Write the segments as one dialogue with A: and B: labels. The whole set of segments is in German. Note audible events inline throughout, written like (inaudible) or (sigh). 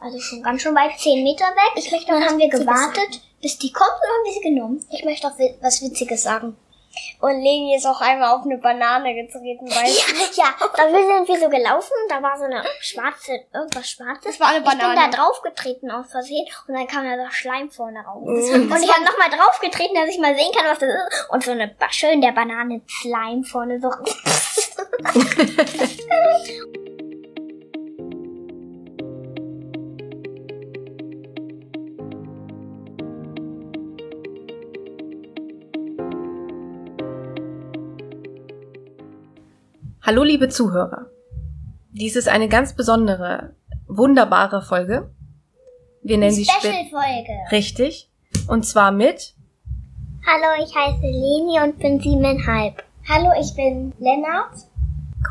A: Also schon ganz schön weit, zehn Meter weg.
B: Ich möchte
A: Dann
B: was
A: haben wir
B: Witziges
A: gewartet, bis die kommt und haben wir sie genommen.
B: Ich möchte auch wi- was Witziges sagen. Und Leni ist auch einmal auf eine Banane getreten, weil
A: ja, da sind wir so gelaufen, da war so eine schwarze, irgendwas Schwarzes.
C: Das war eine
A: Ich bin
C: Banane.
A: da draufgetreten aus Versehen und dann kam da so Schleim vorne raus.
B: Mhm.
A: Und ich habe nochmal draufgetreten, dass ich mal sehen kann, was das ist. Und so eine ba- schön der Banane Slime vorne so.
D: Hallo liebe Zuhörer. Dies ist eine ganz besondere, wunderbare Folge. Wir nennen sie Spä-
A: Special-Folge.
D: Richtig. Und zwar mit
A: Hallo, ich heiße Leni und bin siebeneinhalb. Hallo, ich bin Lennart.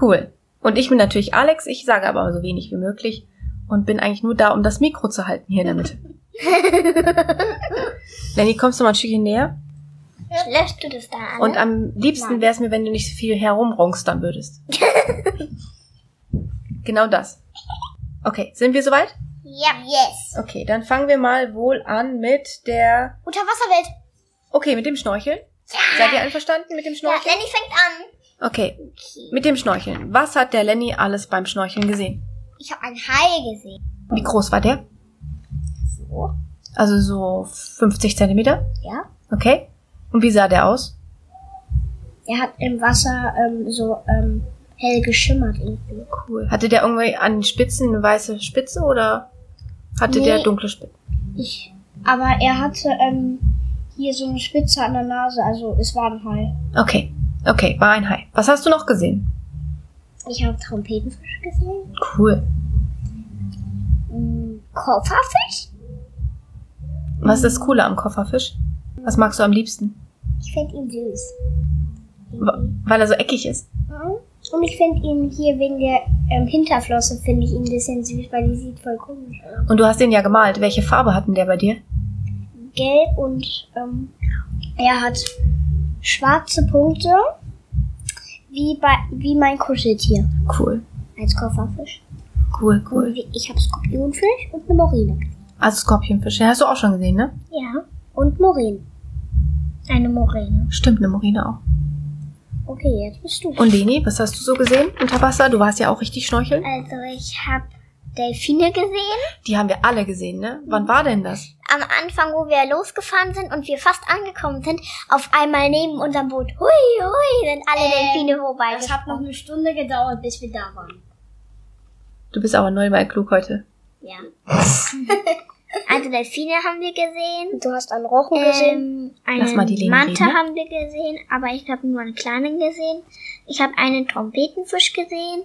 D: Cool. Und ich bin natürlich Alex, ich sage aber so wenig wie möglich und bin eigentlich nur da, um das Mikro zu halten hier in der Mitte. Lenny, kommst du mal ein Stückchen näher?
A: Löscht du das da an?
D: Und am liebsten wäre es mir, wenn du nicht so viel herumrungstern würdest. genau das. Okay, sind wir soweit?
A: ja, yes.
D: Okay, dann fangen wir mal wohl an mit der.
B: Unterwasserwelt.
D: Okay, mit dem Schnorcheln. Seid ihr einverstanden mit dem
A: Ja,
D: Schnorcheln?
A: Lenny fängt an.
D: Okay, mit dem Schnorcheln. Was hat der Lenny alles beim Schnorcheln gesehen?
A: Ich habe einen Hai gesehen.
D: Wie groß war der?
A: So.
D: Also so 50 Zentimeter?
A: Ja.
D: Okay. Und wie sah der aus?
A: Er hat im Wasser ähm, so ähm, hell geschimmert irgendwie.
D: Cool. Hatte der irgendwie an Spitzen eine weiße Spitze oder hatte
A: Nee.
D: der dunkle Spitze?
A: Ich, aber er hatte ähm, hier so eine Spitze an der Nase, also es war ein Hai.
D: Okay. Okay, war ein Hai. Was hast du noch gesehen?
A: Ich habe Trompetenfisch gesehen.
D: Cool.
A: Mm, Kofferfisch?
D: Was ist das Coole am Kofferfisch? Was magst du am liebsten?
A: Ich finde ihn süß. Hm?
D: Wa- Weil er so eckig ist.
A: Und ich finde ihn hier wegen der ähm, Hinterflosse, finde ich ihn ein bisschen süß, weil die sieht voll komisch aus.
D: Und du hast den ja gemalt. Welche Farbe hatten der bei dir?
A: Gelb und ähm, er hat schwarze Punkte, wie, bei, wie mein Kuscheltier
D: Cool.
A: als Kofferfisch.
D: Cool, cool.
A: Und wie- ich habe Skorpionfisch und eine Morine.
D: Also Skorpionfisch. Den hast du auch schon gesehen, ne?
A: Ja, und Moräne. Eine Moräne.
D: Stimmt, eine Morine auch.
A: Okay, jetzt bist du.
D: Und Leni, was hast du so gesehen unter Wasser? Du warst ja auch richtig schnorcheln.
A: Also, ich habe Delfine gesehen.
D: Die haben wir alle gesehen, ne? Wann war denn das?
A: Am Anfang, wo wir losgefahren sind und wir fast angekommen sind, auf einmal neben unserem Boot, hui, hui, sind alle Delfine vorbei.
B: Das hat noch eine Stunde gedauert, bis wir da waren.
D: Du bist aber neunmal klug heute.
A: Ja. also, Delfine haben wir gesehen.
B: Du hast einen Rochen gesehen.
A: Ähm, eine
D: Lass mal die Leni
A: Manta
D: reden, ne?
A: haben wir gesehen, aber ich habe nur einen kleinen gesehen. Ich habe einen Trompetenfisch gesehen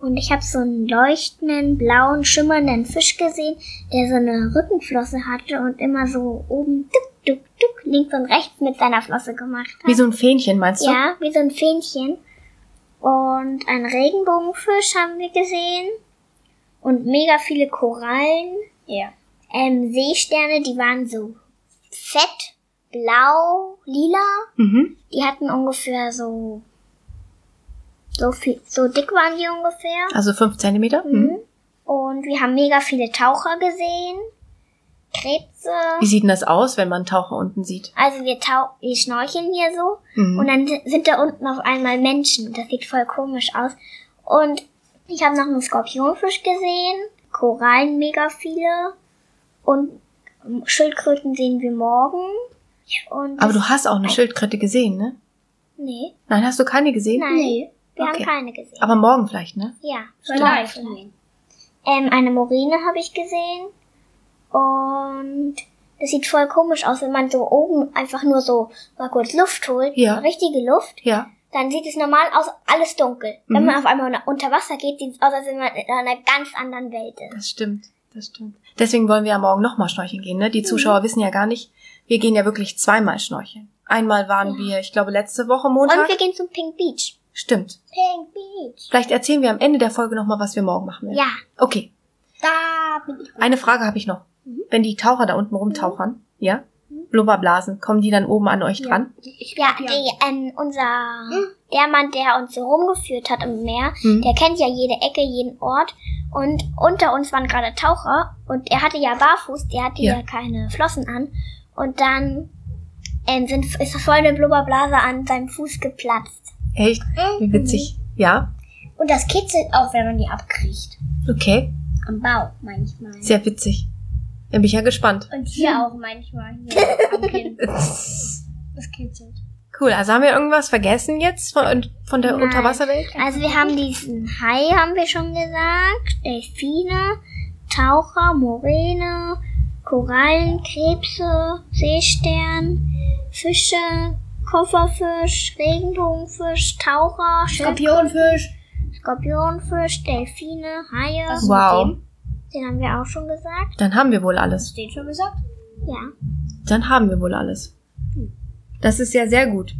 A: und ich habe so einen leuchtenden, blauen, schimmernden Fisch gesehen, der so eine Rückenflosse hatte und immer so oben duck, duck, duck, links und rechts mit seiner Flosse gemacht hat.
D: Wie so ein Fähnchen, meinst du?
A: Ja, wie so ein Fähnchen. Und einen Regenbogenfisch haben wir gesehen. Und mega viele Korallen.
B: Ja.
A: Ähm, Seesterne, die waren so fett, blau, lila.
D: Mhm.
A: Die hatten ungefähr so. So viel, so dick waren die ungefähr.
D: Also fünf Zentimeter? Mhm.
A: Und wir haben mega viele Taucher gesehen.
D: Wie
A: Krebse.
D: sieht denn das aus, wenn man Taucher unten sieht?
A: Also wir, tau wir schnorcheln hier so. Und
D: Mhm.
A: dann sind da unten auf einmal Menschen. Das sieht voll komisch aus. Und ich habe noch einen Skorpionfisch gesehen. Korallen mega viele. Und Schildkröten sehen wir morgen. Und
D: Aber du hast auch eine Schildkröte gesehen, ne?
A: Nee,
D: Nein, hast du keine gesehen?
A: nein. Wir haben
D: Okay.
A: keine gesehen.
D: Aber morgen vielleicht, ne?
A: Ja,
B: Vielleicht.
A: stimmt. Ähm, eine Morine habe ich gesehen. Und das sieht voll komisch aus, wenn man so oben einfach nur so mal kurz Luft holt.
D: Ja.
A: Richtige Luft.
D: Ja.
A: dann sieht es normal aus, alles dunkel. Wenn
D: Mhm.
A: man auf einmal na- unter Wasser geht, sieht es aus, als wenn man in einer ganz anderen Welt ist.
D: Das stimmt. Das stimmt. Deswegen wollen wir ja morgen nochmal schnorcheln gehen,
A: Mhm.
D: ne? Die Zuschauer wissen ja gar nicht, wir gehen ja wirklich zweimal schnorcheln. Einmal waren wir, ich glaube, letzte Woche Montag.
A: Und wir gehen zum Pink Beach.
D: Stimmt.
A: Pink Beach.
D: Vielleicht erzählen wir am Ende der Folge nochmal, was wir morgen machen werden.
A: Ja,
D: Okay,
A: da bin ich. Mhm.
D: eine Frage habe ich noch. Wenn die Taucher da unten rumtauchern, ja, Blubberblasen, kommen die dann oben an euch dran?
B: Ich
A: Ja,
B: glaub,
A: Die, ähm, unser, der Mann, der uns so rumgeführt hat im Meer,
D: Mhm.
A: der kennt ja jede Ecke, jeden Ort. Und unter uns waren gerade Taucher und er hatte ja Barfuß, der hatte
D: Ja.
A: ja, keine Flossen an. Und dann ähm, sind, ist voll eine Blubberblase an seinem Fuß geplatzt.
D: Echt? Wie witzig.
A: Mhm.
D: Ja?
B: Und das kitzelt auch, wenn man die abkriegt.
D: Okay.
B: Am Bauch manchmal.
D: Sehr witzig. Ja, bin ich ja gespannt.
A: (laughs)
B: Und hier auch manchmal. Hier am Kinn. Das kitzelt.
D: Cool. Also haben wir irgendwas vergessen jetzt von, von der
A: Nein.
D: Unterwasserwelt?
A: Also wir haben diesen Hai, haben wir schon gesagt, Delfine, Taucher, Morene, Korallen, Krebse, Seestern, Fische, Kofferfisch, Regenbogenfisch, Taucher, Schildkröten,
B: Skorpionfisch.
A: Skorpionfisch, Delfine, Haie.
B: Was ist
D: Wow.
B: mit dem?
A: Den haben wir auch schon gesagt.
D: Dann haben wir wohl alles.
B: Hast du den schon gesagt?
A: Ja.
D: Dann haben wir wohl alles.
A: Hm.
D: Das ist ja sehr gut.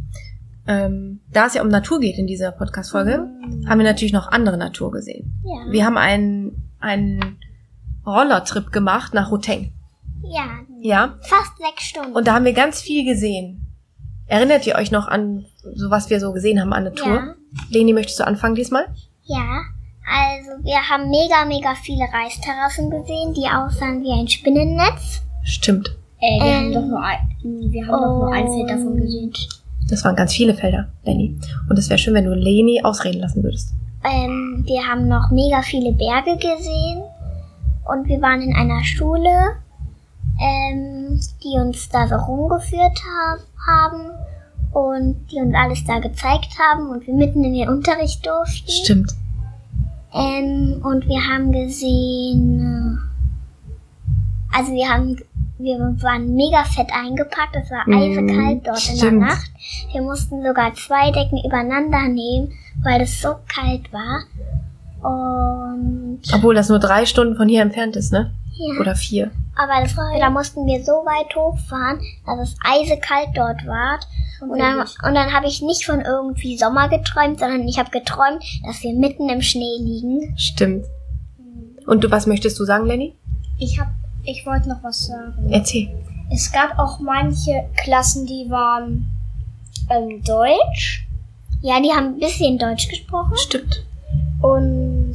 D: Ähm, da es ja um Natur geht in dieser Podcast-Folge,
A: Hm.
D: haben wir natürlich noch andere Natur gesehen.
A: Ja.
D: Wir haben einen, einen Rollertrip gemacht nach Roteng.
A: Ja.
D: Ja?
A: Fast sechs Stunden.
D: Und da haben wir ganz viel gesehen. Erinnert ihr euch noch an so was wir so gesehen haben an der Tour?
A: Ja.
D: Leni, möchtest du anfangen diesmal?
A: Ja, also wir haben mega, mega viele Reisterrassen gesehen, die aussahen wie ein Spinnennetz.
D: Stimmt.
B: Äh, wir
A: Ähm.
B: haben doch nur ein, wir haben doch nur ein Feld davon gesehen.
D: Das waren ganz viele Felder, Leni. Und es wäre schön, wenn du Leni ausreden lassen würdest.
A: Ähm, wir haben noch mega viele Berge gesehen und wir waren in einer Schule, ähm, die uns da so rumgeführt ha haben und die uns alles da gezeigt haben und wir mitten in den Unterricht durften.
D: Stimmt.
A: Ähm, und wir haben gesehen, äh, also wir haben, wir waren mega fett eingepackt, es war
D: Mhm,
A: eisekalt dort in
D: stimmt.
A: der Nacht. Wir mussten sogar zwei Decken übereinander nehmen, weil es so kalt war. Und
D: Obwohl das nur drei Stunden von hier entfernt ist, ne?
A: ja,
D: Oder vier.
A: aber das, da mussten wir so weit hochfahren, dass es eisekalt dort war. Und dann, und dann habe ich nicht von irgendwie Sommer geträumt, sondern ich habe geträumt, dass wir mitten im Schnee liegen.
D: Stimmt. Und du, was möchtest du sagen, Lenny?
B: Ich hab, ich wollte noch was sagen.
D: Erzähl.
B: Es gab auch manche Klassen, die waren ähm, Deutsch
A: Ja, die haben ein bisschen Deutsch gesprochen.
D: Stimmt.
B: und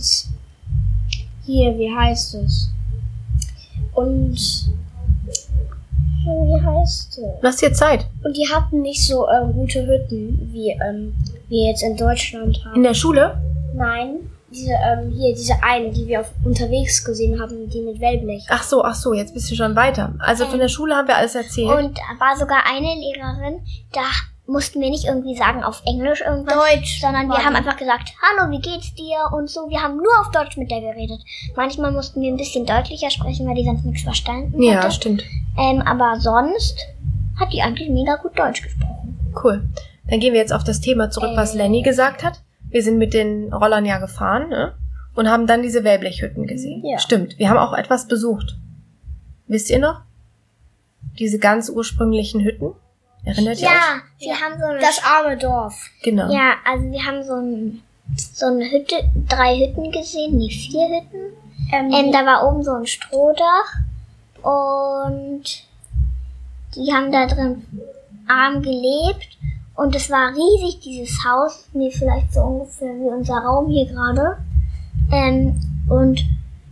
B: hier, wie heißt es? Und wie heißt es?
D: Du hast hier Zeit.
B: Und die hatten nicht so ähm, gute Hütten, wie ähm, wir jetzt in Deutschland haben.
D: In der Schule?
B: Nein, diese, ähm, hier, diese eine, die wir auf, unterwegs gesehen haben, die mit Wellblech.
D: Ach so, ach so, jetzt bist du schon weiter. Also von der Schule haben wir alles erzählt.
A: Und da war sogar eine Lehrerin, da mussten wir nicht irgendwie sagen auf Englisch irgendwas. Deutsch. Sondern wir
B: war
A: haben
B: die.
A: einfach gesagt, hallo, wie geht's dir? Und so, wir haben nur auf Deutsch mit der geredet. Manchmal mussten wir ein bisschen deutlicher sprechen, weil die sonst nichts verstanden
D: ja,
A: hatte.
D: stimmt.
A: Ähm, aber sonst hat die eigentlich mega gut Deutsch gesprochen.
D: Cool. Dann gehen wir jetzt auf das Thema zurück, was Lenny gesagt hat. Wir sind mit den Rollern ja gefahren ne? und haben dann diese Wellblechhütten gesehen.
B: Ja.
D: Stimmt. Wir haben auch etwas besucht. Wisst ihr noch? Diese ganz ursprünglichen Hütten. Erinnert ihr euch?
A: Ja, wir haben so eine
B: Das arme Dorf.
D: Genau.
A: Ja, also wir haben so, ein, so eine Hütte, drei Hütten gesehen, nee, vier Hütten.
B: Ähm,
A: Ähm, da war oben so ein Strohdach und die haben da drin arm gelebt und es war riesig, dieses Haus, nee, vielleicht so ungefähr wie unser Raum hier gerade. Ähm, und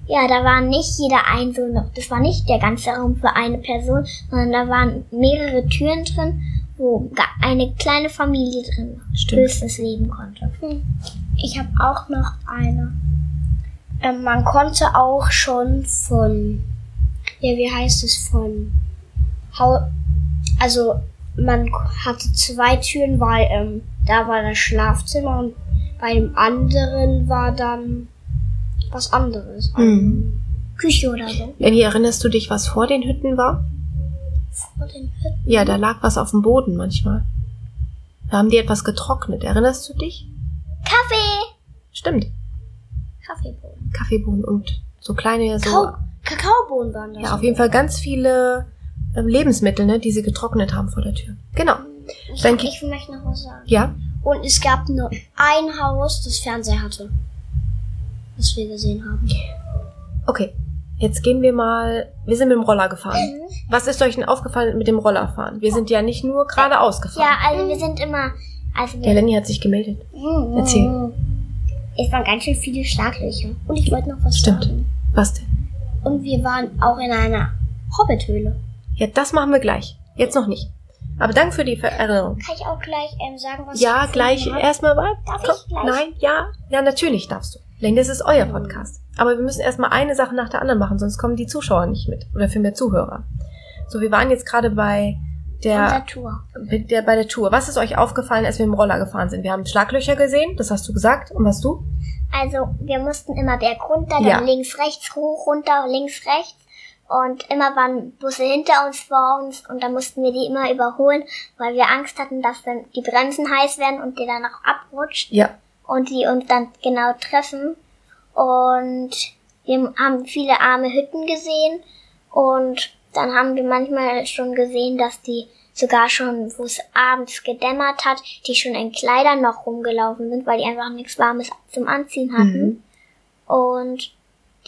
A: ja, da war nicht jeder einzelne, das war nicht der ganze Raum für eine Person, sondern da waren mehrere Türen drin, wo ga- eine kleine Familie drin
D: Stimmt.
A: höchstens leben konnte.
B: Hm. Ich habe auch noch eine. Ähm, man konnte auch schon von, ja, wie heißt es, von, Hau also man k- hatte zwei Türen, weil ähm, da war das Schlafzimmer und bei dem anderen war dann was anderes. Ähm,
D: Mhm.
A: Küche oder so.
D: Lenny, erinnerst du dich, was vor den Hütten war?
A: Vor den Hütten.
D: Ja, da lag was auf dem Boden manchmal. Da haben die etwas getrocknet. Erinnerst du dich?
A: Kaffee!
D: Stimmt.
A: Kaffeebohnen.
D: Kaffeebohnen und so kleine so
B: Kau Kakaobohnen waren das.
D: Ja, auf jeden Fall ganz viele ähm, Lebensmittel, ne, die sie getrocknet haben vor der Tür. Genau. Dann
B: Ich, ich möchte noch was sagen.
D: ja,
B: Und es gab nur ein Haus, das Fernseher hatte, das wir gesehen haben.
D: okay. Jetzt gehen wir mal, wir sind mit dem Roller gefahren. Was ist euch denn aufgefallen mit dem Rollerfahren? Wir sind ja nicht nur geradeaus gefahren.
A: Ja, also wir sind immer. Also
D: Der
A: wir,
D: Lenny hat sich gemeldet. Erzähl.
B: Es waren ganz schön viele Schlaglöcher. Und ich wollte noch was
D: Stimmt.
B: sagen.
D: Was denn?
B: Und wir waren auch in einer Hobbithöhle.
D: Ja, das machen wir gleich. Jetzt noch nicht. Aber danke für die Ver- Erinnerung.
B: Kann ich auch gleich ähm, sagen, was
D: Ja,
B: ich
D: gleich
B: gefunden hab?
D: erstmal mal.
B: Darf ich
D: Komm,
B: gleich?
D: Nein, ja. Ja, natürlich darfst du. Lenny, das ist euer Podcast. Aber wir müssen erstmal eine Sache nach der anderen machen, sonst kommen die Zuschauer nicht mit. Oder vielmehr Zuhörer. So, wir waren jetzt gerade bei der,
B: Unser Tour.
D: mit der, bei der Tour. Was ist euch aufgefallen, als wir im Roller gefahren sind? Wir haben Schlaglöcher gesehen, das hast du gesagt. Und was du?
A: also wir mussten immer bergunter, dann
D: Ja.
A: links, rechts, hoch, runter, links, rechts. Und immer waren Busse hinter uns, vor uns und dann mussten wir die immer überholen, weil wir Angst hatten, dass dann die Bremsen heiß werden und der dann auch abrutscht
D: Ja.
A: und die uns dann genau treffen. Und wir haben viele arme Hütten gesehen und dann haben wir manchmal schon gesehen, dass die sogar schon, wo es abends gedämmert hat, die schon in Kleidern noch rumgelaufen sind, weil die einfach nichts Warmes zum Anziehen hatten. Und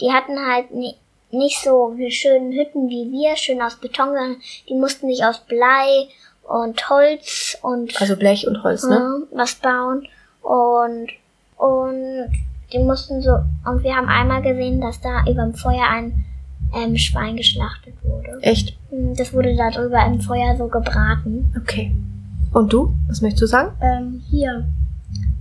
A: die hatten halt ni- nicht so eine schönen Hütten wie wir, schön aus Beton, sondern die mussten sich aus Blei und Holz und
D: Also Blech und Holz, ne?
A: Mhm, was bauen und und die mussten so und wir haben einmal gesehen, dass da über dem Feuer ein ähm, Schwein geschlachtet wurde.
D: Echt?
A: Mhm, Das wurde da drüber im Feuer so gebraten.
D: Okay. Und du? Was möchtest du sagen?
B: Ähm, hier.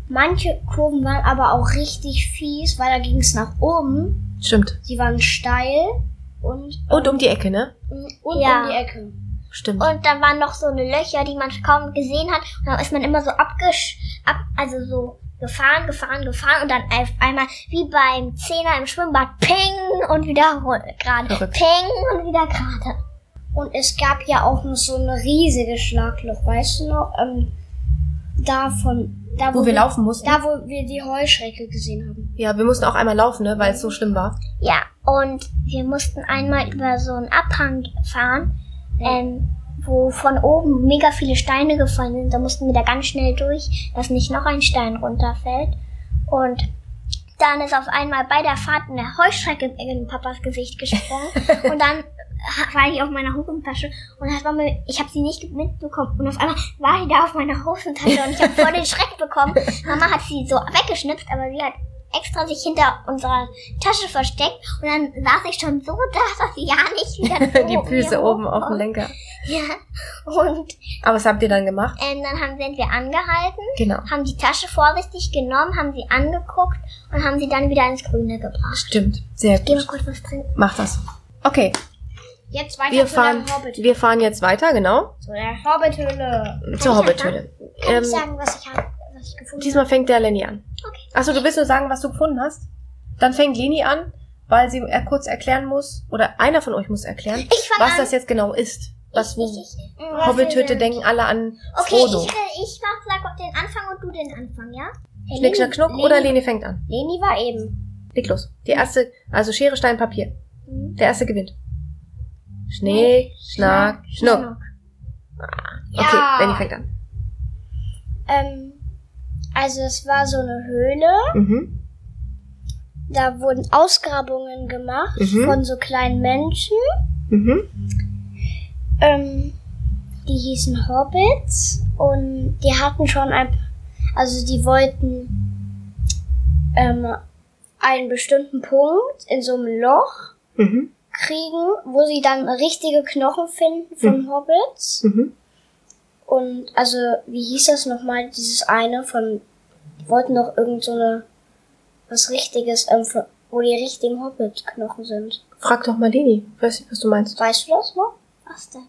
B: Manche Kurven waren aber auch richtig fies, weil da ging es nach oben.
D: Stimmt.
B: Die waren steil und,
D: Und um die Ecke, ne?
B: und
A: Ja.
B: um die Ecke.
D: Stimmt.
A: Und dann waren noch so eine Löcher, die man kaum gesehen hat. Und dann ist man immer so abgesch ab also so gefahren, gefahren, gefahren und dann auf einmal wie beim Zehner im Schwimmbad ping und wieder ru- gerade.
D: Verrückt.
A: Ping und wieder gerade.
B: Und es gab ja auch noch so ein riesiges Schlagloch, weißt du noch? Ähm, da von, da
D: Wo wir laufen mussten.
B: Da, wo wir die Heuschrecke gesehen haben.
D: Ja, wir mussten auch einmal laufen, ne? Weil es so schlimm war.
A: Ja, und wir mussten einmal über so einen Abhang fahren, ähm, wo von oben mega viele Steine gefallen sind. Da mussten wir da ganz schnell durch, dass nicht noch ein Stein runterfällt. Und dann ist auf einmal bei der Fahrt eine Heuschrecke in Papas Gesicht
D: (laughs)
A: gesprungen. und dann ha- war ich auf meiner Hosentasche und das war mir, ich habe sie nicht mitbekommen. Und auf einmal war die da auf meiner Hosentasche und ich habe voll den Schreck bekommen. Mama hat sie so weggeschnipst, aber sie hat extra sich hinter unserer Tasche versteckt und dann saß ich schon so da, dass sie ja nicht wieder
D: (laughs) Die
A: so
D: Füße
A: mir
D: oben auf dem
A: hochkommt.
D: Lenker.
A: Ja. Und
D: Aber was habt ihr dann gemacht?
A: ähm, dann haben, sind wir angehalten,
D: Genau.
A: haben die Tasche vorsichtig genommen, haben sie angeguckt und haben sie dann wieder ins Grüne gebracht.
D: Stimmt. Sehr
A: Geh mal
D: gut.
A: kurz was trinken.
D: Mach das. Okay,
B: Jetzt weiter
D: wir
B: zu
D: fahren,
B: der Hobbit.
D: wir fahren jetzt weiter, genau,
B: Zu der Hobbithöhle.
D: zur Hobbithöhle.
A: ne? Kann ich
D: Ähm,
A: sagen, was ich habe, was ich gefunden
D: diesmal fängt der Lenny an.
A: Okay.
D: Achso, du willst nur sagen, was du gefunden hast? Dann fängt Leni an, weil sie er kurz erklären muss, oder einer von euch muss erklären,
A: Ich fang
D: was
A: an.
D: das jetzt genau ist. Was wo
A: habe?
D: Hobbithütte denken alle an
A: Okay,
D: Frodo.
A: ich, äh, ich mach, sag den Anfang und du den Anfang, ja?
D: Schnick, schnack, schnuck
B: Leni-
D: oder Leni fängt an.
B: Leni war eben.
D: Leg los. Die erste, also Schere, Stein, Papier.
A: Mhm.
D: Der erste gewinnt. Schnick, schnack, schnuck. Okay,
B: Ja.
D: Lenny fängt an.
B: Ähm, also es war so eine Höhle.
D: Mhm.
B: Da wurden Ausgrabungen gemacht
D: Mhm.
B: von so kleinen Menschen.
D: Mhm.
B: Ähm, die hießen Hobbits und die hatten schon ein, also die wollten ähm, einen bestimmten Punkt in so einem Loch
D: Mhm.
B: kriegen, wo sie dann richtige Knochen finden von Hobbits.
D: Mhm.
B: Und also, wie hieß das nochmal, dieses eine von, die wollten doch irgend so eine, was richtiges, ähm, von, wo die richtigen Hobbit-Knochen sind.
D: Frag doch mal Leni. Ich weiß nicht, was du meinst.
B: Weißt du das noch?
A: Was denn?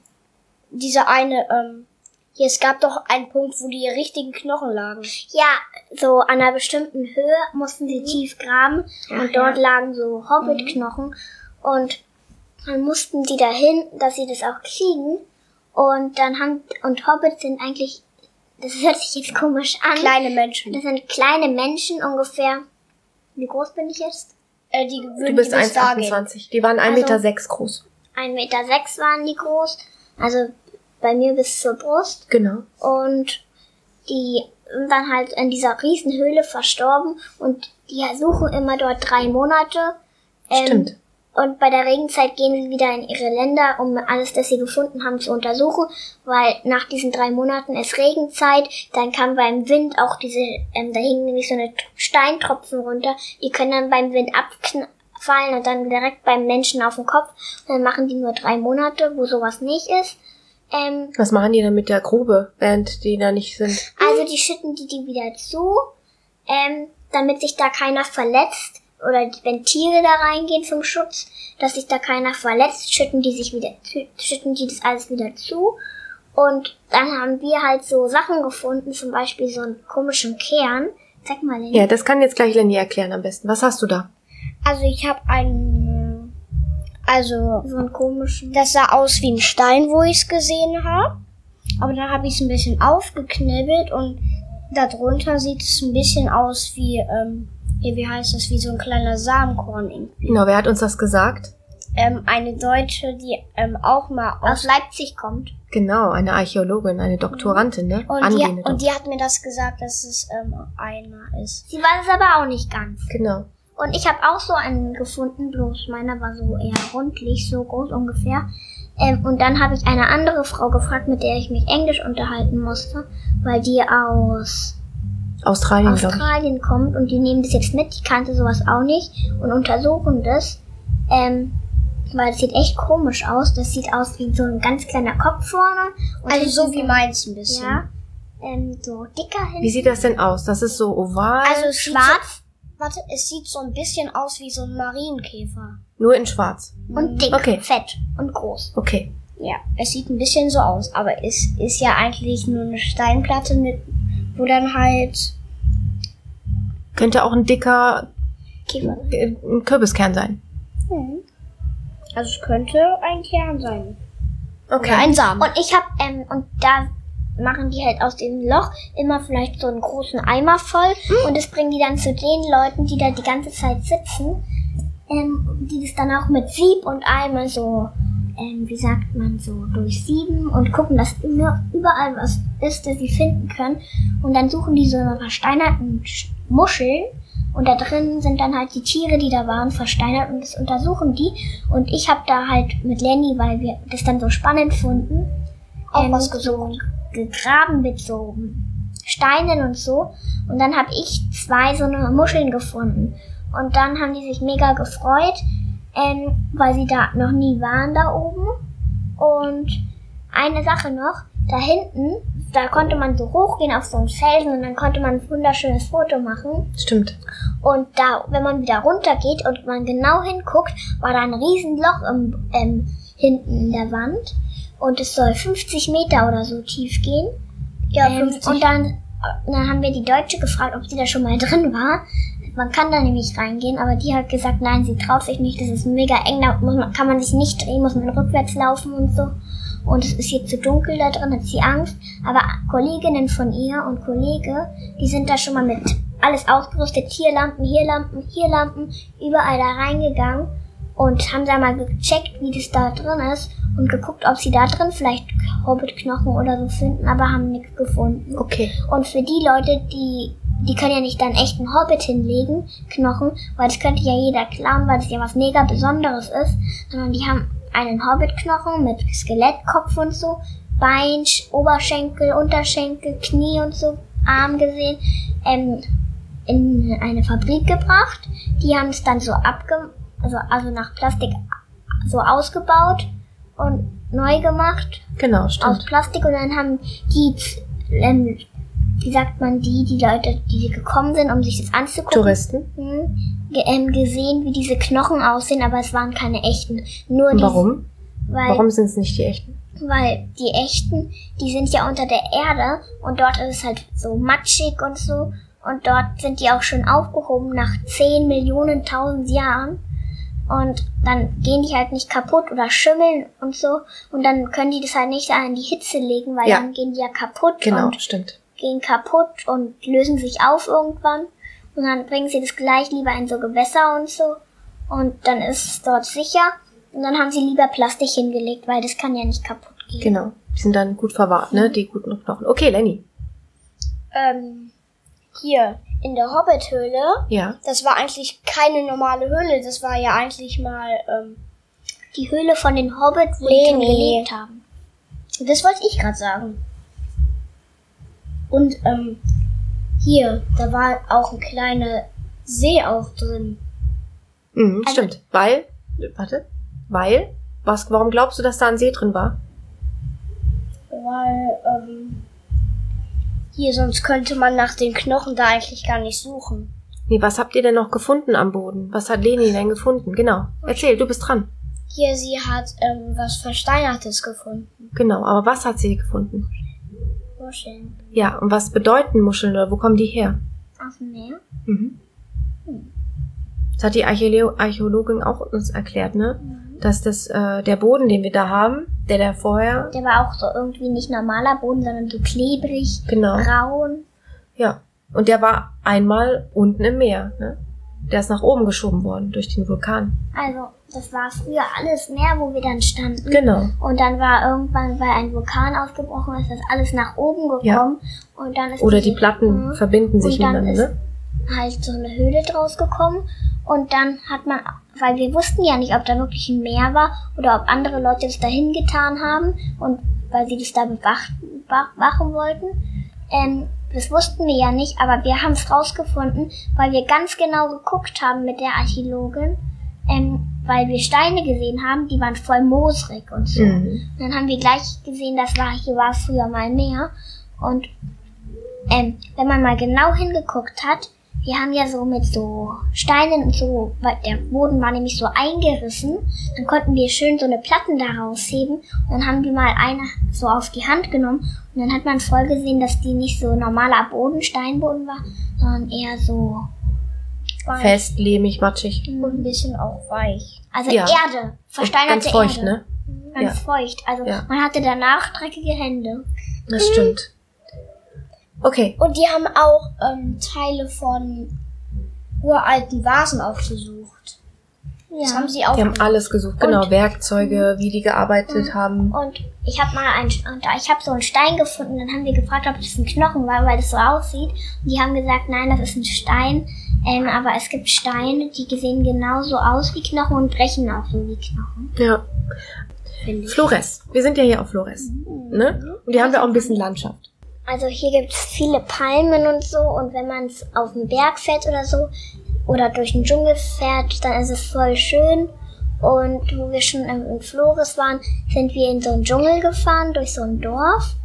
B: Diese eine, ähm, hier, es gab doch einen Punkt, wo die richtigen Knochen lagen.
A: Ja, so an einer bestimmten Höhe mussten
B: Mhm.
A: sie tief graben und dort lagen so
B: Mhm.
A: Hobbitknochen und dann mussten die dahin, dass sie das auch kriegen und dann haben und Hobbits sind eigentlich das hört sich jetzt komisch an.
B: Kleine Menschen.
A: Das sind kleine Menschen ungefähr. Wie groß bin ich jetzt?
B: Äh, die würden
D: Du bist
B: die bis da gehen.
D: 1,28. Die waren 1,6
B: Also
D: Meter sechs groß.
A: 1,6 Meter sechs waren die groß, also bei mir bis zur Brust.
D: Genau.
A: und die sind dann halt in dieser Riesenhöhle verstorben und die suchen immer dort drei Monate. Ähm,
D: Stimmt.
A: Und bei der Regenzeit gehen sie wieder in ihre Länder, um alles, das sie gefunden haben, zu untersuchen, weil nach diesen drei Monaten ist Regenzeit, dann kann beim Wind auch diese, ähm, da hingen nämlich so eine T- Steintropfen runter, die können dann beim Wind abfallen und dann direkt beim Menschen auf den Kopf. Und dann machen die nur drei Monate, wo sowas nicht ist. Ähm,
D: Was machen die dann mit der Grube, während die da nicht sind?
A: also die schütten die die wieder zu, ähm, damit sich da keiner verletzt oder wenn Tiere da reingehen zum Schutz, dass sich da keiner verletzt, schütten die sich wieder, zu- schütten die das alles wieder zu. Und dann haben wir halt so Sachen gefunden, zum Beispiel so einen komischen Kern. Zeig mal den.
D: Ja, das kann jetzt gleich Lenny erklären am besten. Was hast du da?
B: Also ich habe einen, also
A: So einen komischen.
B: Das sah aus wie ein Stein, wo ich's gesehen habe. Aber dann habe ich's ein bisschen aufgeknibbelt und darunter sieht es ein bisschen aus wie, ähm, hier, wie heißt das, wie so ein kleiner Samenkorn. irgendwie.
D: Genau, wer hat uns das gesagt?
B: Ähm, eine Deutsche, die ähm, auch mal
A: Aus
B: aus
A: Leipzig kommt.
D: Genau, eine Archäologin, eine Doktorandin, ne?
B: und die,
D: Angehende
B: und die hat mir das gesagt, dass es ähm, einer ist.
A: Sie war es aber auch nicht ganz.
D: Doktor- Genau.
A: Und ich habe auch so einen gefunden, bloß meiner war so eher rundlich, so groß ungefähr. Ähm, und dann habe ich eine andere Frau gefragt, mit der ich mich Englisch unterhalten musste, weil die aus
D: Australien, glaube ich.
A: Australien kommt und die nehmen das jetzt mit, die kannte sowas auch nicht und untersuchen das. Ähm, weil es sieht echt komisch aus. Das sieht aus wie so ein ganz kleiner Kopf vorne. Und
B: Also so
A: hinten
B: wie meins ein bisschen.
A: Ja. Ähm, so dicker hinten.
D: Wie sieht das denn aus? Das ist so oval,
A: Äh,
B: Also es
A: Schwarz
B: Sieht so, warte, es sieht so ein bisschen aus wie so ein Marienkäfer.
D: nur in schwarz.
A: und dick,
D: Okay.
A: fett und groß.
D: Okay.
B: Ja, es sieht ein bisschen so aus, aber es ist ja eigentlich nur eine Steinplatte mit, wo dann halt,
D: Könnte auch ein dicker
A: Käfer.
D: äh, ein Kürbiskern sein.
B: also es könnte ein Kern sein.
D: Okay.
B: Oder ein Samen.
A: Und ich hab, ähm, und da machen die halt aus dem Loch immer vielleicht so einen großen Eimer voll und das bringen die dann zu den Leuten, die da die ganze Zeit sitzen, ähm, die das dann auch mit Sieb und Eimer so, ähm, wie sagt man so, durchsieben und gucken, dass immer, überall was ist, das sie finden können. Und dann suchen die so eine versteinerten Sch- Muscheln und da drin sind dann halt die Tiere, die da waren, versteinert und das untersuchen die. Und ich habe da halt mit Lenny, weil wir das dann so spannend fanden,
B: Auch
A: ähm,
B: was
A: so gegraben mit so Steinen und so. Und dann habe ich zwei so eine Muscheln gefunden. Und dann haben die sich mega gefreut, ähm, weil sie da noch nie waren da oben. Und eine Sache noch, da hinten, da konnte man so hochgehen auf so einen Felsen und dann konnte man ein wunderschönes Foto machen.
D: Stimmt.
A: Und da, wenn man wieder runtergeht und man genau hinguckt, war da ein Riesenloch im, ähm, hinten in der Wand. Und es soll 50 Meter oder so tief gehen.
B: Ja,
A: Ähm,
B: 50.
A: Und dann, äh, dann haben wir die Deutsche gefragt, ob sie da schon mal (laughs) drin war. Man kann da nämlich reingehen, aber die hat gesagt, nein, sie traut sich nicht, das ist mega eng, da muss man, kann man sich nicht drehen, muss man rückwärts laufen und so. Und es ist hier zu dunkel da drin, hat sie Angst. Aber Kolleginnen von ihr und Kollege, die sind da schon mal mit alles ausgerüstet, hier Lampen, hier Lampen, hier Lampen, überall da reingegangen und haben da mal gecheckt, wie das da drin ist und geguckt, ob sie da drin vielleicht Hobbitknochen oder so finden, aber haben nichts gefunden.
D: Okay.
A: Und für die Leute, die die können ja nicht dann echten Hobbit hinlegen, Knochen, weil das könnte ja jeder klauen, weil das ja was mega Besonderes ist, sondern die haben einen Hobbit-Knochen mit Skelettkopf und so, Bein, Sch- Oberschenkel, Unterschenkel, Knie und so, Arm gesehen, ähm, in eine Fabrik gebracht. Die haben es dann so abge, also, also nach Plastik so ausgebaut und neu gemacht
D: Genau,
A: aus
D: stimmt.
A: Plastik und dann haben die, ähm, wie sagt man, die, die Leute, die gekommen sind, um sich das anzugucken,
D: Touristen.
A: Ge ähm, gesehen, wie diese Knochen aussehen, aber es waren keine echten. Nur
D: Und
A: die,
D: warum?
A: Weil,
D: Warum sind es nicht die echten?
A: weil die echten, die sind ja unter der Erde und dort ist es halt so matschig und so und dort sind die auch schon aufgehoben nach 10 Millionen tausend Jahren und dann gehen die halt nicht kaputt oder schimmeln und so und dann können die das halt nicht an die Hitze legen, weil
D: Ja.
A: dann gehen die ja kaputt
D: Genau,
A: und
D: stimmt.
A: gehen kaputt und lösen sich auf irgendwann und dann bringen sie das gleich lieber in so Gewässer und so und dann ist es dort sicher und dann haben sie lieber Plastik hingelegt, weil das kann ja nicht kaputt gehen.
D: Genau. Die sind dann gut verwahrt, ne? Die guten Knochen. Okay, Lenny.
B: Ähm, hier in der Hobbit-Höhle,
D: Ja.
B: das war eigentlich keine normale Höhle, das war ja eigentlich mal, ähm,
A: Die Höhle von den Hobbit, wo
B: Nee,
A: die drin
B: nee.
A: gelebt haben.
B: das wollte ich gerade sagen. Und, ähm, hier, da war auch ein kleiner See auch drin.
D: Mhm, stimmt. Weil, warte, weil, was, warum glaubst du, dass da ein See drin war?
B: Weil, ähm, hier, sonst könnte man nach den Knochen da eigentlich gar nicht suchen.
D: Nee, was habt ihr denn noch gefunden am Boden? Was hat Leni denn gefunden? Genau. Erzähl, du bist dran.
B: Hier, sie hat ähm, was Versteinertes gefunden.
D: Genau, aber was hat sie gefunden?
B: Muscheln.
D: Ja, und was bedeuten Muscheln oder wo kommen die her?
A: Auf dem Meer?
D: Mhm. Das hat die Archäolo Archäologin auch uns erklärt, ne? Dass das, äh, der Boden, den wir da haben, der da vorher,
A: Der war auch so irgendwie nicht normaler Boden, sondern so klebrig,
D: genau,
A: braun.
D: ja. Und der war einmal unten im Meer, ne? Der ist nach oben geschoben worden durch den Vulkan.
A: Also, das war früher alles Meer, wo wir dann standen.
D: Genau.
A: Und dann war irgendwann, weil ein Vulkan ausgebrochen ist, das alles nach oben
D: Ja.
A: gekommen. Und dann ist
D: Oder die
A: diese-
D: Platten
A: Mhm.
D: verbinden sich
A: Und dann
D: miteinander,
A: ist-
D: ne?
A: halt so eine Höhle draus gekommen. Und dann hat man, weil wir wussten ja nicht, ob da wirklich ein Meer war oder ob andere Leute das dahin getan haben und weil sie das da bewachen, bewachen wollten. Ähm, das wussten wir ja nicht, aber wir haben es rausgefunden, weil wir ganz genau geguckt haben mit der Archäologin, ähm, weil wir Steine gesehen haben, die waren voll moosrig und so.
D: Mhm.
A: Und dann haben wir gleich gesehen, das war hier war früher mal mehr. Und ähm, wenn man mal genau hingeguckt hat, wir haben ja so mit so Steinen und so, weil der Boden war nämlich so eingerissen, dann konnten wir schön so eine Platten da rausheben und dann haben wir mal eine so auf die Hand genommen und dann hat man voll gesehen, dass die nicht so normaler Boden, Steinboden war, sondern eher so, Mhm.
D: Fest, lehmig, matschig.
B: Und ein bisschen auch weich.
A: also
D: Ja.
A: Erde, versteinerte
D: Ganz feucht,
A: Erde.
D: ne?
A: Ganz
D: Ja.
A: feucht, also
D: Ja.
A: man hatte danach dreckige Hände.
D: Das stimmt. Okay.
B: Und die haben auch ähm, Teile von uralten Vasen aufgesucht. Das haben sie auch.
D: Die haben alles gesucht. Genau, Werkzeuge, wie die
A: Mhm.
D: gearbeitet haben.
A: Und ich habe mal einen, und ich habe so einen Stein gefunden. Dann haben wir gefragt, ob das ein Knochen war, weil das so aussieht. Und die haben gesagt, nein, das ist ein Stein. Ähm, aber es gibt Steine, die sehen genauso aus wie Knochen und brechen auch so wie Knochen.
D: Ja. Flores. Wir sind ja hier auf Flores.
A: Mhm.
D: Ne? Und hier haben wir auch ein bisschen Landschaft.
A: Also hier gibt's viele Palmen und so. Und wenn man auf den Berg fährt oder so oder durch den Dschungel fährt, dann ist es voll schön. Und wo wir schon in, in Flores waren, sind wir in so einen Dschungel gefahren, durch so ein Dorf.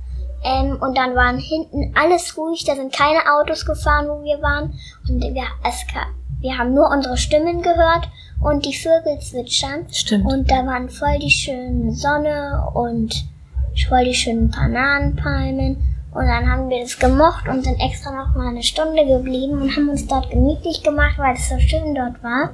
A: Ähm, und dann waren hinten alles ruhig, da sind keine Autos gefahren, wo wir waren. Und wir, es, ka- wir haben nur unsere Stimmen gehört und die Vögel zwitschern.
D: Stimmt.
A: Und da waren voll die schöne Sonne und voll die schönen Bananenpalmen. Und dann haben wir das gemocht und sind extra noch mal eine Stunde geblieben und haben uns dort gemütlich gemacht, weil es so schön dort war.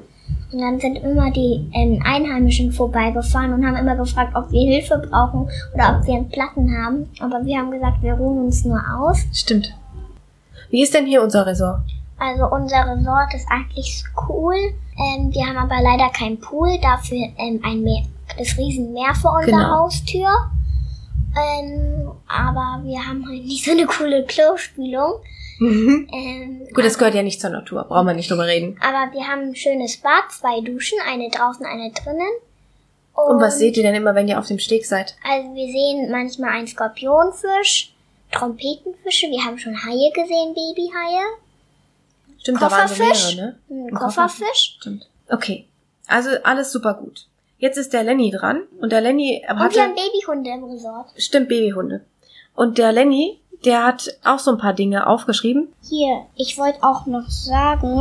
A: Und dann sind immer die ähm, Einheimischen vorbeigefahren und haben immer gefragt, ob wir Hilfe brauchen oder ob wir einen Platten haben. Aber wir haben gesagt, wir ruhen uns nur aus.
D: Stimmt. Wie ist denn hier unser Resort?
A: (laughs) Also unser Resort ist eigentlich cool. Ähm, wir haben aber leider keinen Pool, dafür ähm, ein Meer, das Riesenmeer vor unserer
D: Genau.
A: Haustür. Ähm, aber wir haben halt nicht so eine coole Klospülung. Ähm,
D: Gut, das gehört ja nicht zur Natur. Brauchen wir nicht drüber reden.
A: aber wir haben ein schönes Bad, zwei Duschen, eine draußen, eine drinnen.
D: Und was seht ihr denn immer, wenn ihr auf dem Steg seid?
A: Also wir sehen manchmal einen Skorpionfisch, Trompetenfische, wir haben schon Haie gesehen, Babyhaie,
D: Stimmt, da waren so
A: Kofferfisch?
D: mehrere, ne?
A: einen
B: Hm,
D: Ein
A: Kofferfisch.
D: Stimmt. Okay. Also alles super gut. Jetzt ist der Lenny dran und der Lenny
A: Und
D: hatte
A: wir haben Babyhunde im Resort.
D: stimmt Babyhunde. Und der Lenny, der hat auch so ein paar Dinge aufgeschrieben.
B: Hier, ich wollte auch noch sagen.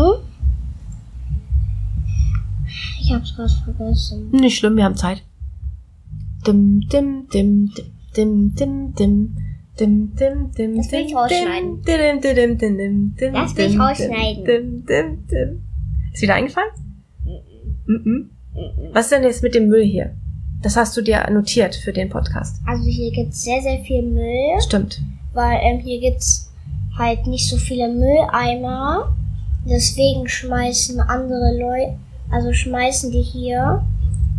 B: Ich hab's gerade vergessen.
D: Nicht schlimm, wir haben Zeit. Dim dim dim dim dim dim dim dim dim dim
A: Das will ich
D: dim,
A: rausschneiden.
D: dim, dim, dim, dim, dim, dim,
A: Das will ich
D: dim,
A: rausschneiden.
D: Dim, dim, dim. Ist wieder eingefallen? Mhm. Was ist denn jetzt mit dem Müll hier? Das hast du dir notiert für den Podcast.
B: Also hier gibt's sehr, sehr viel Müll,
D: Stimmt.
B: weil ähm, hier gibt's halt nicht so viele Mülleimer. Deswegen schmeißen andere Leute, also schmeißen die hier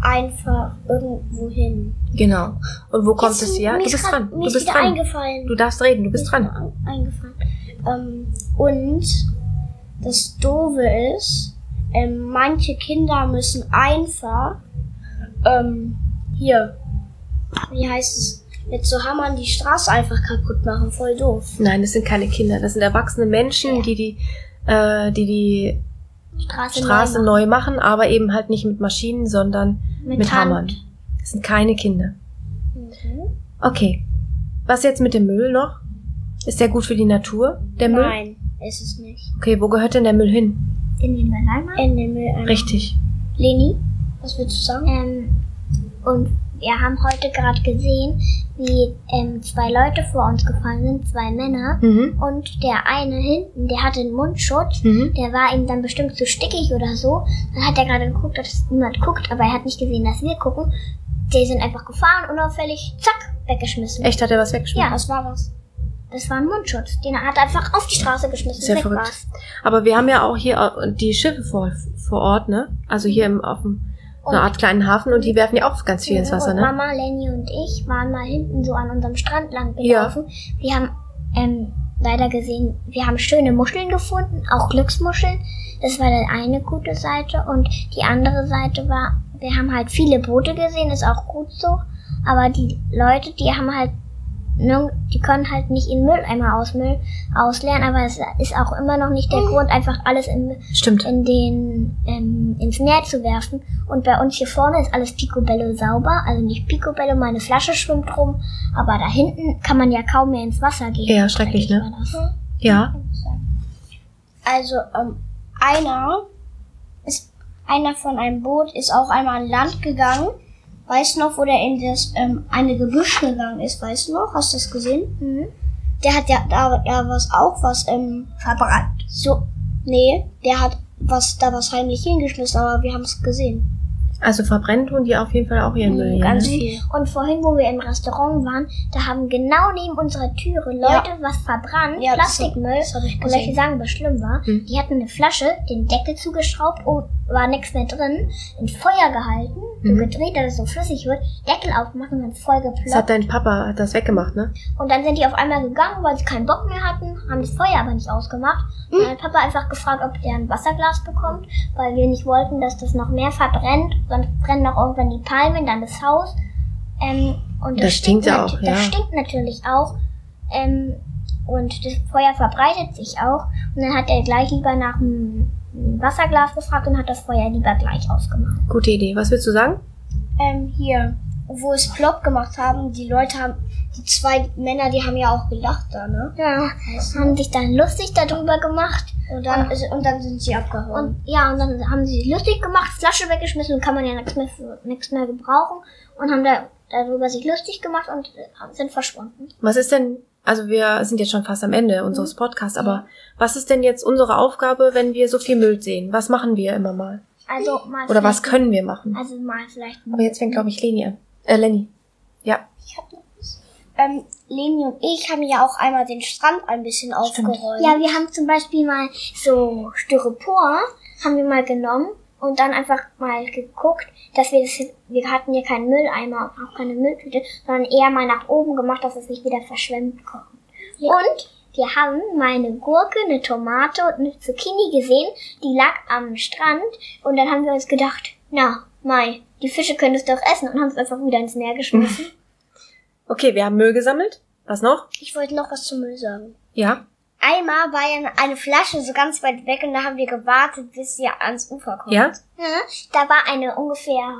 B: einfach irgendwo hin.
D: Genau. Und wo kommt
B: Jetzt
D: es
B: ist
D: her?
B: mir
D: Du bist
B: grad-
D: dran.
B: Mir
D: Du
B: ist
D: bist
B: wieder
D: dran.
B: eingefallen.
D: Du darfst reden, du bist dran.
B: Eingefallen. Ähm, und das Doofe ist, ähm, manche Kinder müssen einfach ähm, hier, wie heißt es, mit so Hammern die Straße einfach kaputt machen. Voll doof.
D: Nein, das sind keine Kinder, das sind erwachsene Menschen, die die, äh, die die
A: Straße,
D: Straße neu machen, aber eben halt nicht mit Maschinen, sondern mit,
A: Hand. Mhm.
D: Hammern. Das sind keine Kinder. Okay. Was jetzt mit dem Müll noch? Ist der gut für die Natur, der Müll?
B: Nein, ist es nicht.
D: Okay, wo gehört denn der Müll hin?
A: In den Mülleimer.
B: In den Mülleimer.
D: Richtig.
B: Leni, was willst du sagen?
A: Ähm, und wir haben heute gerade gesehen, wie ähm, zwei Leute vor uns gefahren sind, zwei Männer.
D: Mhm.
A: Und der eine hinten, der hatte einen Mundschutz.
D: Mhm.
A: Der war ihm dann bestimmt zu stickig oder so. Dann hat er gerade geguckt, dass niemand guckt, aber er hat nicht gesehen, dass wir gucken. Die sind einfach gefahren, unauffällig, zack, weggeschmissen.
D: Echt, hat er was weggeschmissen?
A: Ja, das war was. Das war ein Mundschutz. Den hat er einfach auf die Straße geschmissen.
D: Ist ja
A: weg
D: verrückt.
A: war's.
D: Aber wir haben ja auch hier äh, die Schiffe vor, vor Ort, ne? Also hier im, auf dem,
A: Und-
D: einer Art kleinen Hafen und die werfen ja auch ganz viel ins Wasser,
A: und
D: ne?
A: Mama, Lenny und ich waren mal hinten so an unserem Strand lang
D: Ja.
A: gelaufen. Wir haben ähm, leider gesehen, wir haben schöne Muscheln gefunden, auch Glücksmuscheln. Das war die eine gute Seite. Und die andere Seite war, wir haben halt viele Boote gesehen, ist auch gut so. Aber die Leute, die haben halt nirg- die können halt nicht in Mülleimer aus Müll ausleeren, aber es ist auch immer noch nicht
D: Oh.
A: der Grund, einfach alles in
D: Stimmt.
A: in den, ähm, ins Meer zu werfen. Und bei uns hier vorne ist alles Picobello sauber. Also nicht Picobello, meine Flasche schwimmt rum. Aber da hinten kann man ja kaum mehr ins Wasser gehen.
D: Ja, schrecklich,
A: Dreckig
D: ne?
A: war das.
D: Ja.
B: Also, ähm, einer ist, einer von einem Boot ist auch einmal an Land gegangen. Weißt du noch, wo der in das ähm, eine Gebüsch gegangen ist? Weißt du noch? Hast du das gesehen? Der hat ja da, da was auch was ähm, verbrannt. So, nee, der hat was da was heimlich hingeschmissen, aber wir haben es gesehen.
D: Also verbrennen tun die auf jeden Fall auch ihren Müll. hier,
A: Mhm, Ganz
D: ne?
A: viel. Und vorhin, wo wir im Restaurant waren, da haben genau neben unserer Türe Leute was verbrannt,
B: Ja, das-
A: Plastikmüll.
B: das hab ich
A: und soll ich dir
B: gesehen.
A: sagen, was schlimm war?
D: Hm.
A: Die hatten eine Flasche, den Deckel zugeschraubt, oh, war nichts mehr drin, in Feuer gehalten, so
D: Mhm.
A: gedreht, dass es so flüssig wird, Deckel aufmachen und voll geploppt.
D: Das hat dein Papa, hat das weggemacht, ne?
A: Und dann sind die auf einmal gegangen, weil sie keinen Bock mehr hatten, haben das Feuer aber nicht ausgemacht.
D: Hm.
A: Und dann hat Papa einfach gefragt, ob der ein Wasserglas bekommt, weil wir nicht wollten, dass das noch mehr verbrennt. Sonst brennen noch irgendwann die Palmen, dann das Haus. Ähm, und das,
D: Das stinkt ja
A: nat-
D: auch, ja.
A: Das stinkt natürlich auch. Ähm, und das Feuer verbreitet sich auch. Und dann hat er gleich lieber nach einem Wasserglas gefragt und hat das Feuer lieber gleich ausgemacht.
D: Gute Idee. Was willst du sagen?
B: Ähm, hier, wo es plopp gemacht haben, die Leute haben, die zwei Männer, die haben ja auch gelacht da, ne?
A: Ja, haben sich dann lustig darüber gemacht.
B: Und dann, ist- und dann sind sie abgehauen.
A: Und ja, und dann haben sie sich lustig gemacht, Flasche weggeschmissen und kann man ja nichts mehr, für- nichts mehr gebrauchen und haben da, darüber sich lustig gemacht und äh, sind verschwunden.
D: Was ist denn, also wir sind jetzt schon fast am Ende unseres
A: Mhm.
D: Podcasts, aber was ist denn jetzt unsere Aufgabe, wenn wir so viel Müll sehen? Was machen wir immer mal?
A: Also
B: Hm.
A: mal
D: Oder was
A: vielleicht-
D: können wir machen?
A: Also mal vielleicht
D: Aber jetzt fängt, glaube ich, Leni an. Äh, Lenny. Ja.
B: ähm, Leni und ich haben ja auch einmal den Strand ein bisschen aufgeräumt.
A: Ja, wir haben zum Beispiel mal so Styropor, haben wir mal genommen und dann einfach mal geguckt, dass wir das, wir hatten ja keinen Mülleimer und auch keine Mülltüte, sondern eher mal nach oben gemacht, dass es nicht wieder verschwemmt kommt. Und wir haben mal eine Gurke, eine Tomate und eine Zucchini gesehen, die lag am Strand und dann haben wir uns gedacht, na, Mai, die Fische können es doch essen und haben es einfach wieder ins Meer geschmissen.
D: Okay, wir haben Müll gesammelt. Was noch?
B: (laughs) Ich wollte noch was zum Müll sagen.
D: Ja.
B: Einmal war ja eine Flasche so ganz weit weg und da haben wir gewartet, bis sie ans Ufer kommt. Mhm.
D: Ja?
A: Ja, da war eine ungefähr,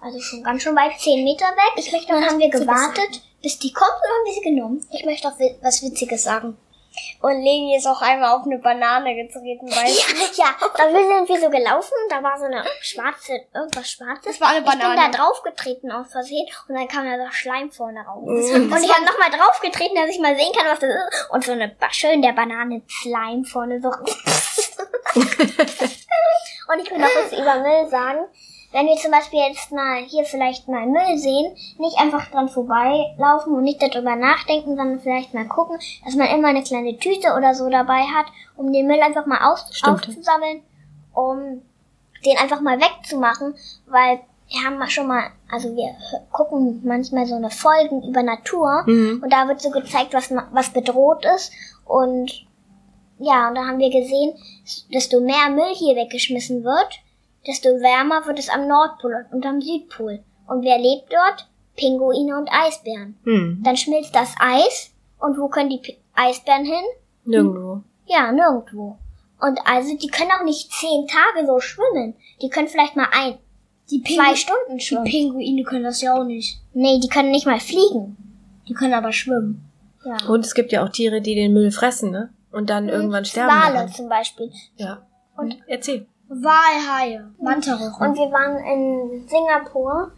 A: also schon ganz schön weit, 10 Meter weg. Ich möchte dann haben wir
B: Witziges
A: gewartet, bis die kommt und haben wir sie genommen.
B: Ich möchte auch wi- was Witziges sagen. Und Leni ist auch einmal auf eine Banane getreten, weil
A: (laughs) Ja, da sind wir so gelaufen, da war so eine schwarze, irgendwas Schwarzes.
B: Das war eine
A: Ich bin
B: Banane.
A: da draufgetreten aus Versehen und dann kam da so Schleim vorne raus. Und ich habe nochmal draufgetreten, dass ich mal sehen kann, was das ist. Und so eine ba- schön der Banane Slime vorne so. und ich will noch was über Müll sagen. Wenn wir zum Beispiel jetzt mal hier vielleicht mal Müll sehen, nicht einfach dran vorbeilaufen und nicht darüber nachdenken, sondern vielleicht mal gucken, dass man immer eine kleine Tüte oder so dabei hat, um den Müll einfach mal aus
D: Stimmt.
A: aufzusammeln, um den einfach mal wegzumachen, weil wir haben mal schon mal, also wir h- gucken manchmal so eine Folgen über Natur
D: Mhm.
A: und da wird so gezeigt, was, ma- was bedroht ist und ja, und da haben wir gesehen, s- desto mehr Müll hier weggeschmissen wird, desto wärmer wird es am Nordpol und am Südpol. Und wer lebt dort? Pinguine und Eisbären.
D: Hm.
A: Dann schmilzt das Eis und wo können die P Eisbären hin?
D: Nirgendwo.
A: Ja, nirgendwo. Und also, die können auch nicht zehn Tage so schwimmen. Die können vielleicht mal ein,
B: Die,
A: zwei
B: Pingu
A: Stunden
B: die
A: schwimmen.
B: Pinguine können das ja auch nicht.
A: nee, die können nicht mal fliegen.
B: Die können aber schwimmen.
A: Ja.
D: Und es gibt ja auch Tiere, die den Müll fressen, ne? Und dann irgendwann sterben.
A: Mhm. Wale
D: daran.
A: zum Beispiel.
D: Ja.
A: Und-
D: Erzähl.
B: Walhaie, Mantarochen.
A: Und wir waren in Singapur,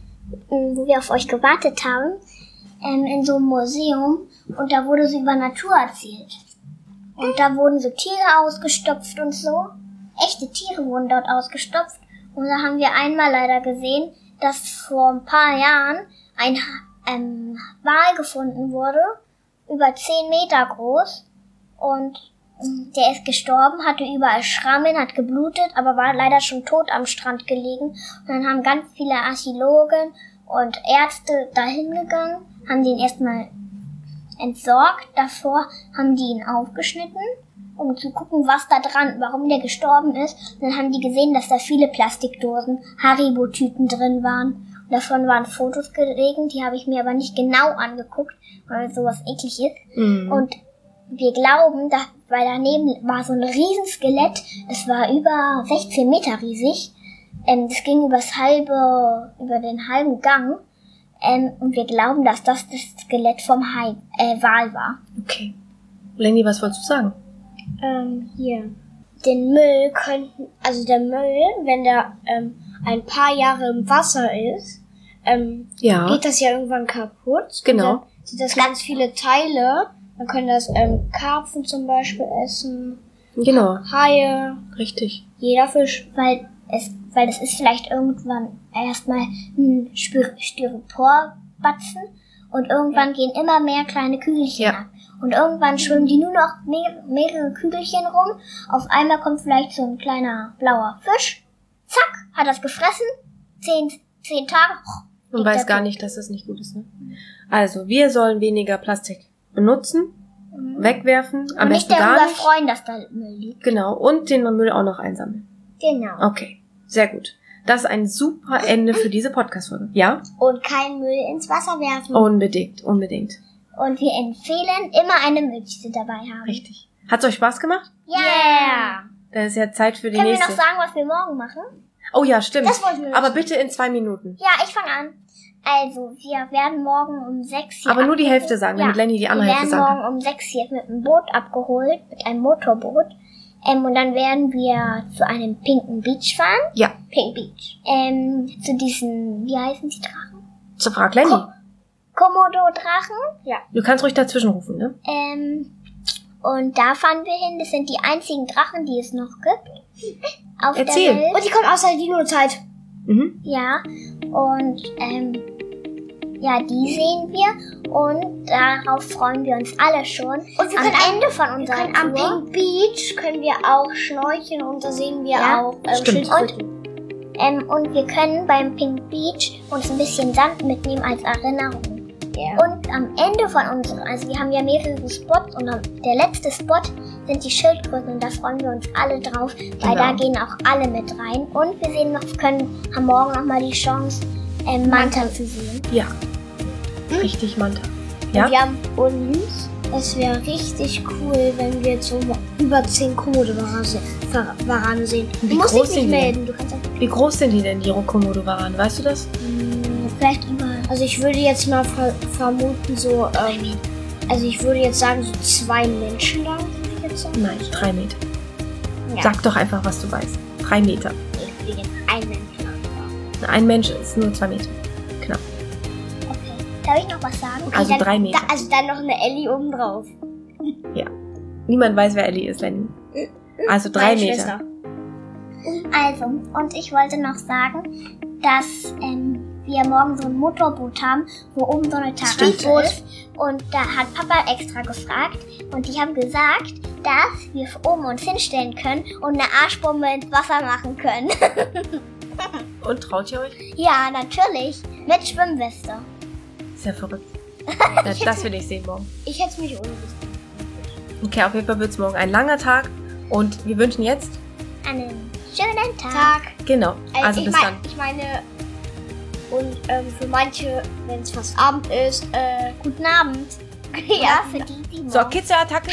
A: ähm, wo wir auf euch gewartet haben, ähm, in so einem Museum. Und da wurde so über Natur erzählt. Und da wurden so Tiere ausgestopft und so. Echte Tiere wurden dort ausgestopft. Und da haben wir einmal leider gesehen, dass vor ein paar Jahren ein Ha- ähm, Wal gefunden wurde, über 10 Meter groß. Und ähm, der ist gestorben, hatte überall Schrammen, hat geblutet, aber war leider schon tot am Strand gelegen. Und dann haben ganz viele Archäologen und Ärzte dahin gegangen, haben den erstmal entsorgt. Davor haben die ihn aufgeschnitten, um zu gucken, was da dran, warum der gestorben ist. Und dann haben die gesehen, dass da viele Plastikdosen, Haribo-Tüten drin waren. Und davon waren Fotos gelegen, die habe ich mir aber nicht genau angeguckt, weil sowas eklig ist.
D: Mhm.
A: Und wir glauben, da, weil daneben war so ein Riesenskelett, das war über 16 Meter riesig. Ähm, das ging übers halbe, über den halben Gang. Ähm, und wir glauben, dass das das Skelett vom Hai, äh, Wal war.
D: Okay. Lenny, was wolltest du sagen?
B: Ähm, hier. Den Müll könnten, also der Müll, wenn der ähm, ein paar Jahre im Wasser ist, ähm,
D: Ja.
B: geht das ja irgendwann kaputt.
D: Genau.
B: Und Dann sind das ganz viele Teile. Dann können das ähm, Karpfen zum Beispiel essen,
D: Genau.
B: Haie,
D: Richtig.
B: jeder Fisch.
A: Weil es, weil das ist vielleicht irgendwann erstmal ein Spy- Styroporbatzen und irgendwann gehen immer mehr kleine Kügelchen
D: Ja.
A: ab. Und irgendwann schwimmen die nur noch mehr, mehrere Kügelchen rum. Auf einmal kommt vielleicht so ein kleiner blauer Fisch. Zack, hat das gefressen. Zehn, zehn Tage.
D: Und weiß gar nicht, dass das nicht gut ist. Ne? Also, wir sollen weniger Plastik benutzen, wegwerfen, am
A: Mhm. Und nicht
D: besten
A: darüber
D: gar nicht.
A: freuen, dass da Müll liegt.
D: Genau, und den Müll auch noch einsammeln.
A: Genau.
D: Okay, sehr gut. Das ist ein super Ende für diese Podcast-Folge. Ja?
A: Und kein Müll ins Wasser werfen.
D: Unbedingt, unbedingt.
A: Und wir empfehlen, immer eine Müllkiste dabei haben.
D: Richtig. Hat's euch Spaß gemacht?
A: Yeah!
D: Dann ist ja Zeit für die
A: Können wir
D: nächste.
A: noch sagen, was wir morgen machen?
D: oh ja, stimmt.
A: Das wollten wir
D: Aber bitte in zwei Minuten.
A: Ja, ich fange an. Also, wir werden morgen um 6 hier
D: Aber nur die
A: abgeholt.
D: Hälfte sagen, damit Lenny die andere
A: wir
D: Hälfte
A: werden
D: sagen
A: morgen um 6 hier mit einem Boot abgeholt, mit einem Motorboot. Ähm, und dann werden wir zu einem pinken Beach fahren.
D: Ja,
A: Pink Beach. Ähm, zu diesen, wie heißen die Drachen?
D: so frag Lenny.
A: Komodo-Drachen.
D: Du kannst ruhig dazwischen rufen, ne?
A: Ähm, und da fahren wir hin. Das sind die einzigen Drachen, die es noch gibt. Auf
D: Erzähl.
A: der Welt.
B: Und die kommen aus der Dino-Zeit.
D: Mhm.
A: Ja, und ähm, ja, die sehen wir und darauf freuen wir uns alle schon.
B: Und wir
A: am
B: können am-
A: Ende von
B: Wir
A: unserer
B: können am
A: Tour.
B: Pink Beach können wir auch schnorcheln und da sehen wir
A: Ja,
B: auch ähm,
D: stimmt.
B: Schildkröten.
A: Ähm, und wir können beim Pink Beach uns ein bisschen Sand mitnehmen als Erinnerung.
B: Ja.
A: Und am Ende von unserem, also wir haben ja mehrere Spots und am, der letzte Spot sind die Schildkröten und da freuen wir uns alle drauf, weil
D: Genau.
A: da gehen auch alle mit rein. Und wir sehen noch, können, haben morgen nochmal die Chance, ähm, Manta zu sehen.
D: Ja. Richtig, Manta.
B: Und
D: Ja?
B: wir haben uns, es wäre richtig cool, wenn wir jetzt so über 10 Komodo-Warane sehen. Du
D: Wie
B: musst dich nicht
D: groß sind die?
B: melden, du kannst einfach.
D: Wie groß sind die denn, die Rokomodo-Waran? Weißt du das?
B: Hm, Vielleicht über. Also ich würde jetzt mal ver vermuten, so, ähm, also ich würde jetzt sagen, so zwei Menschen lang, würde ich jetzt sagen. Also
D: Nein, drei Meter.
B: Ja.
D: Sag doch einfach, was du weißt. Drei Meter.
B: Ich würde jetzt einen Menschen lang.
D: Ein Mensch ist nur zwei Meter.
A: Darf ich noch was sagen?
D: Also
B: dann-
D: drei Meter.
B: Da, also dann noch eine Ellie oben drauf.
D: Niemand weiß, wer Ellie ist, Lenny. Also drei
B: Hm, Meine
D: Meter.
B: Schwester.
A: Also, und ich wollte noch sagen, dass ähm, wir morgen so ein Motorboot haben, wo oben so eine Terrasse
D: Stimmt, ja.
A: ist. Und da hat Papa extra gefragt und die haben gesagt, dass wir oben uns hinstellen können und eine Arschbombe ins Wasser machen können.
D: Und traut ihr euch?
A: Ja, natürlich. (laughs) Mit Schwimmweste.
D: Ist ja verrückt.
B: (laughs)
D: Das, das will ich sehen morgen.
B: Ich hätte mich ohne das
D: Okay, auf jeden Fall wird es morgen ein langer Tag. Und wir wünschen jetzt,
A: Einen schönen Tag.
B: Tag.
D: genau,
B: Äh,
D: also
B: ich,
D: bis
B: mein,
D: dann.
B: ich meine, und ähm, für manche, wenn es fast Abend ist, äh,
A: Guten Abend.
B: (laughs) ja,
A: Oder für die, die
D: So, Kitzerattacke.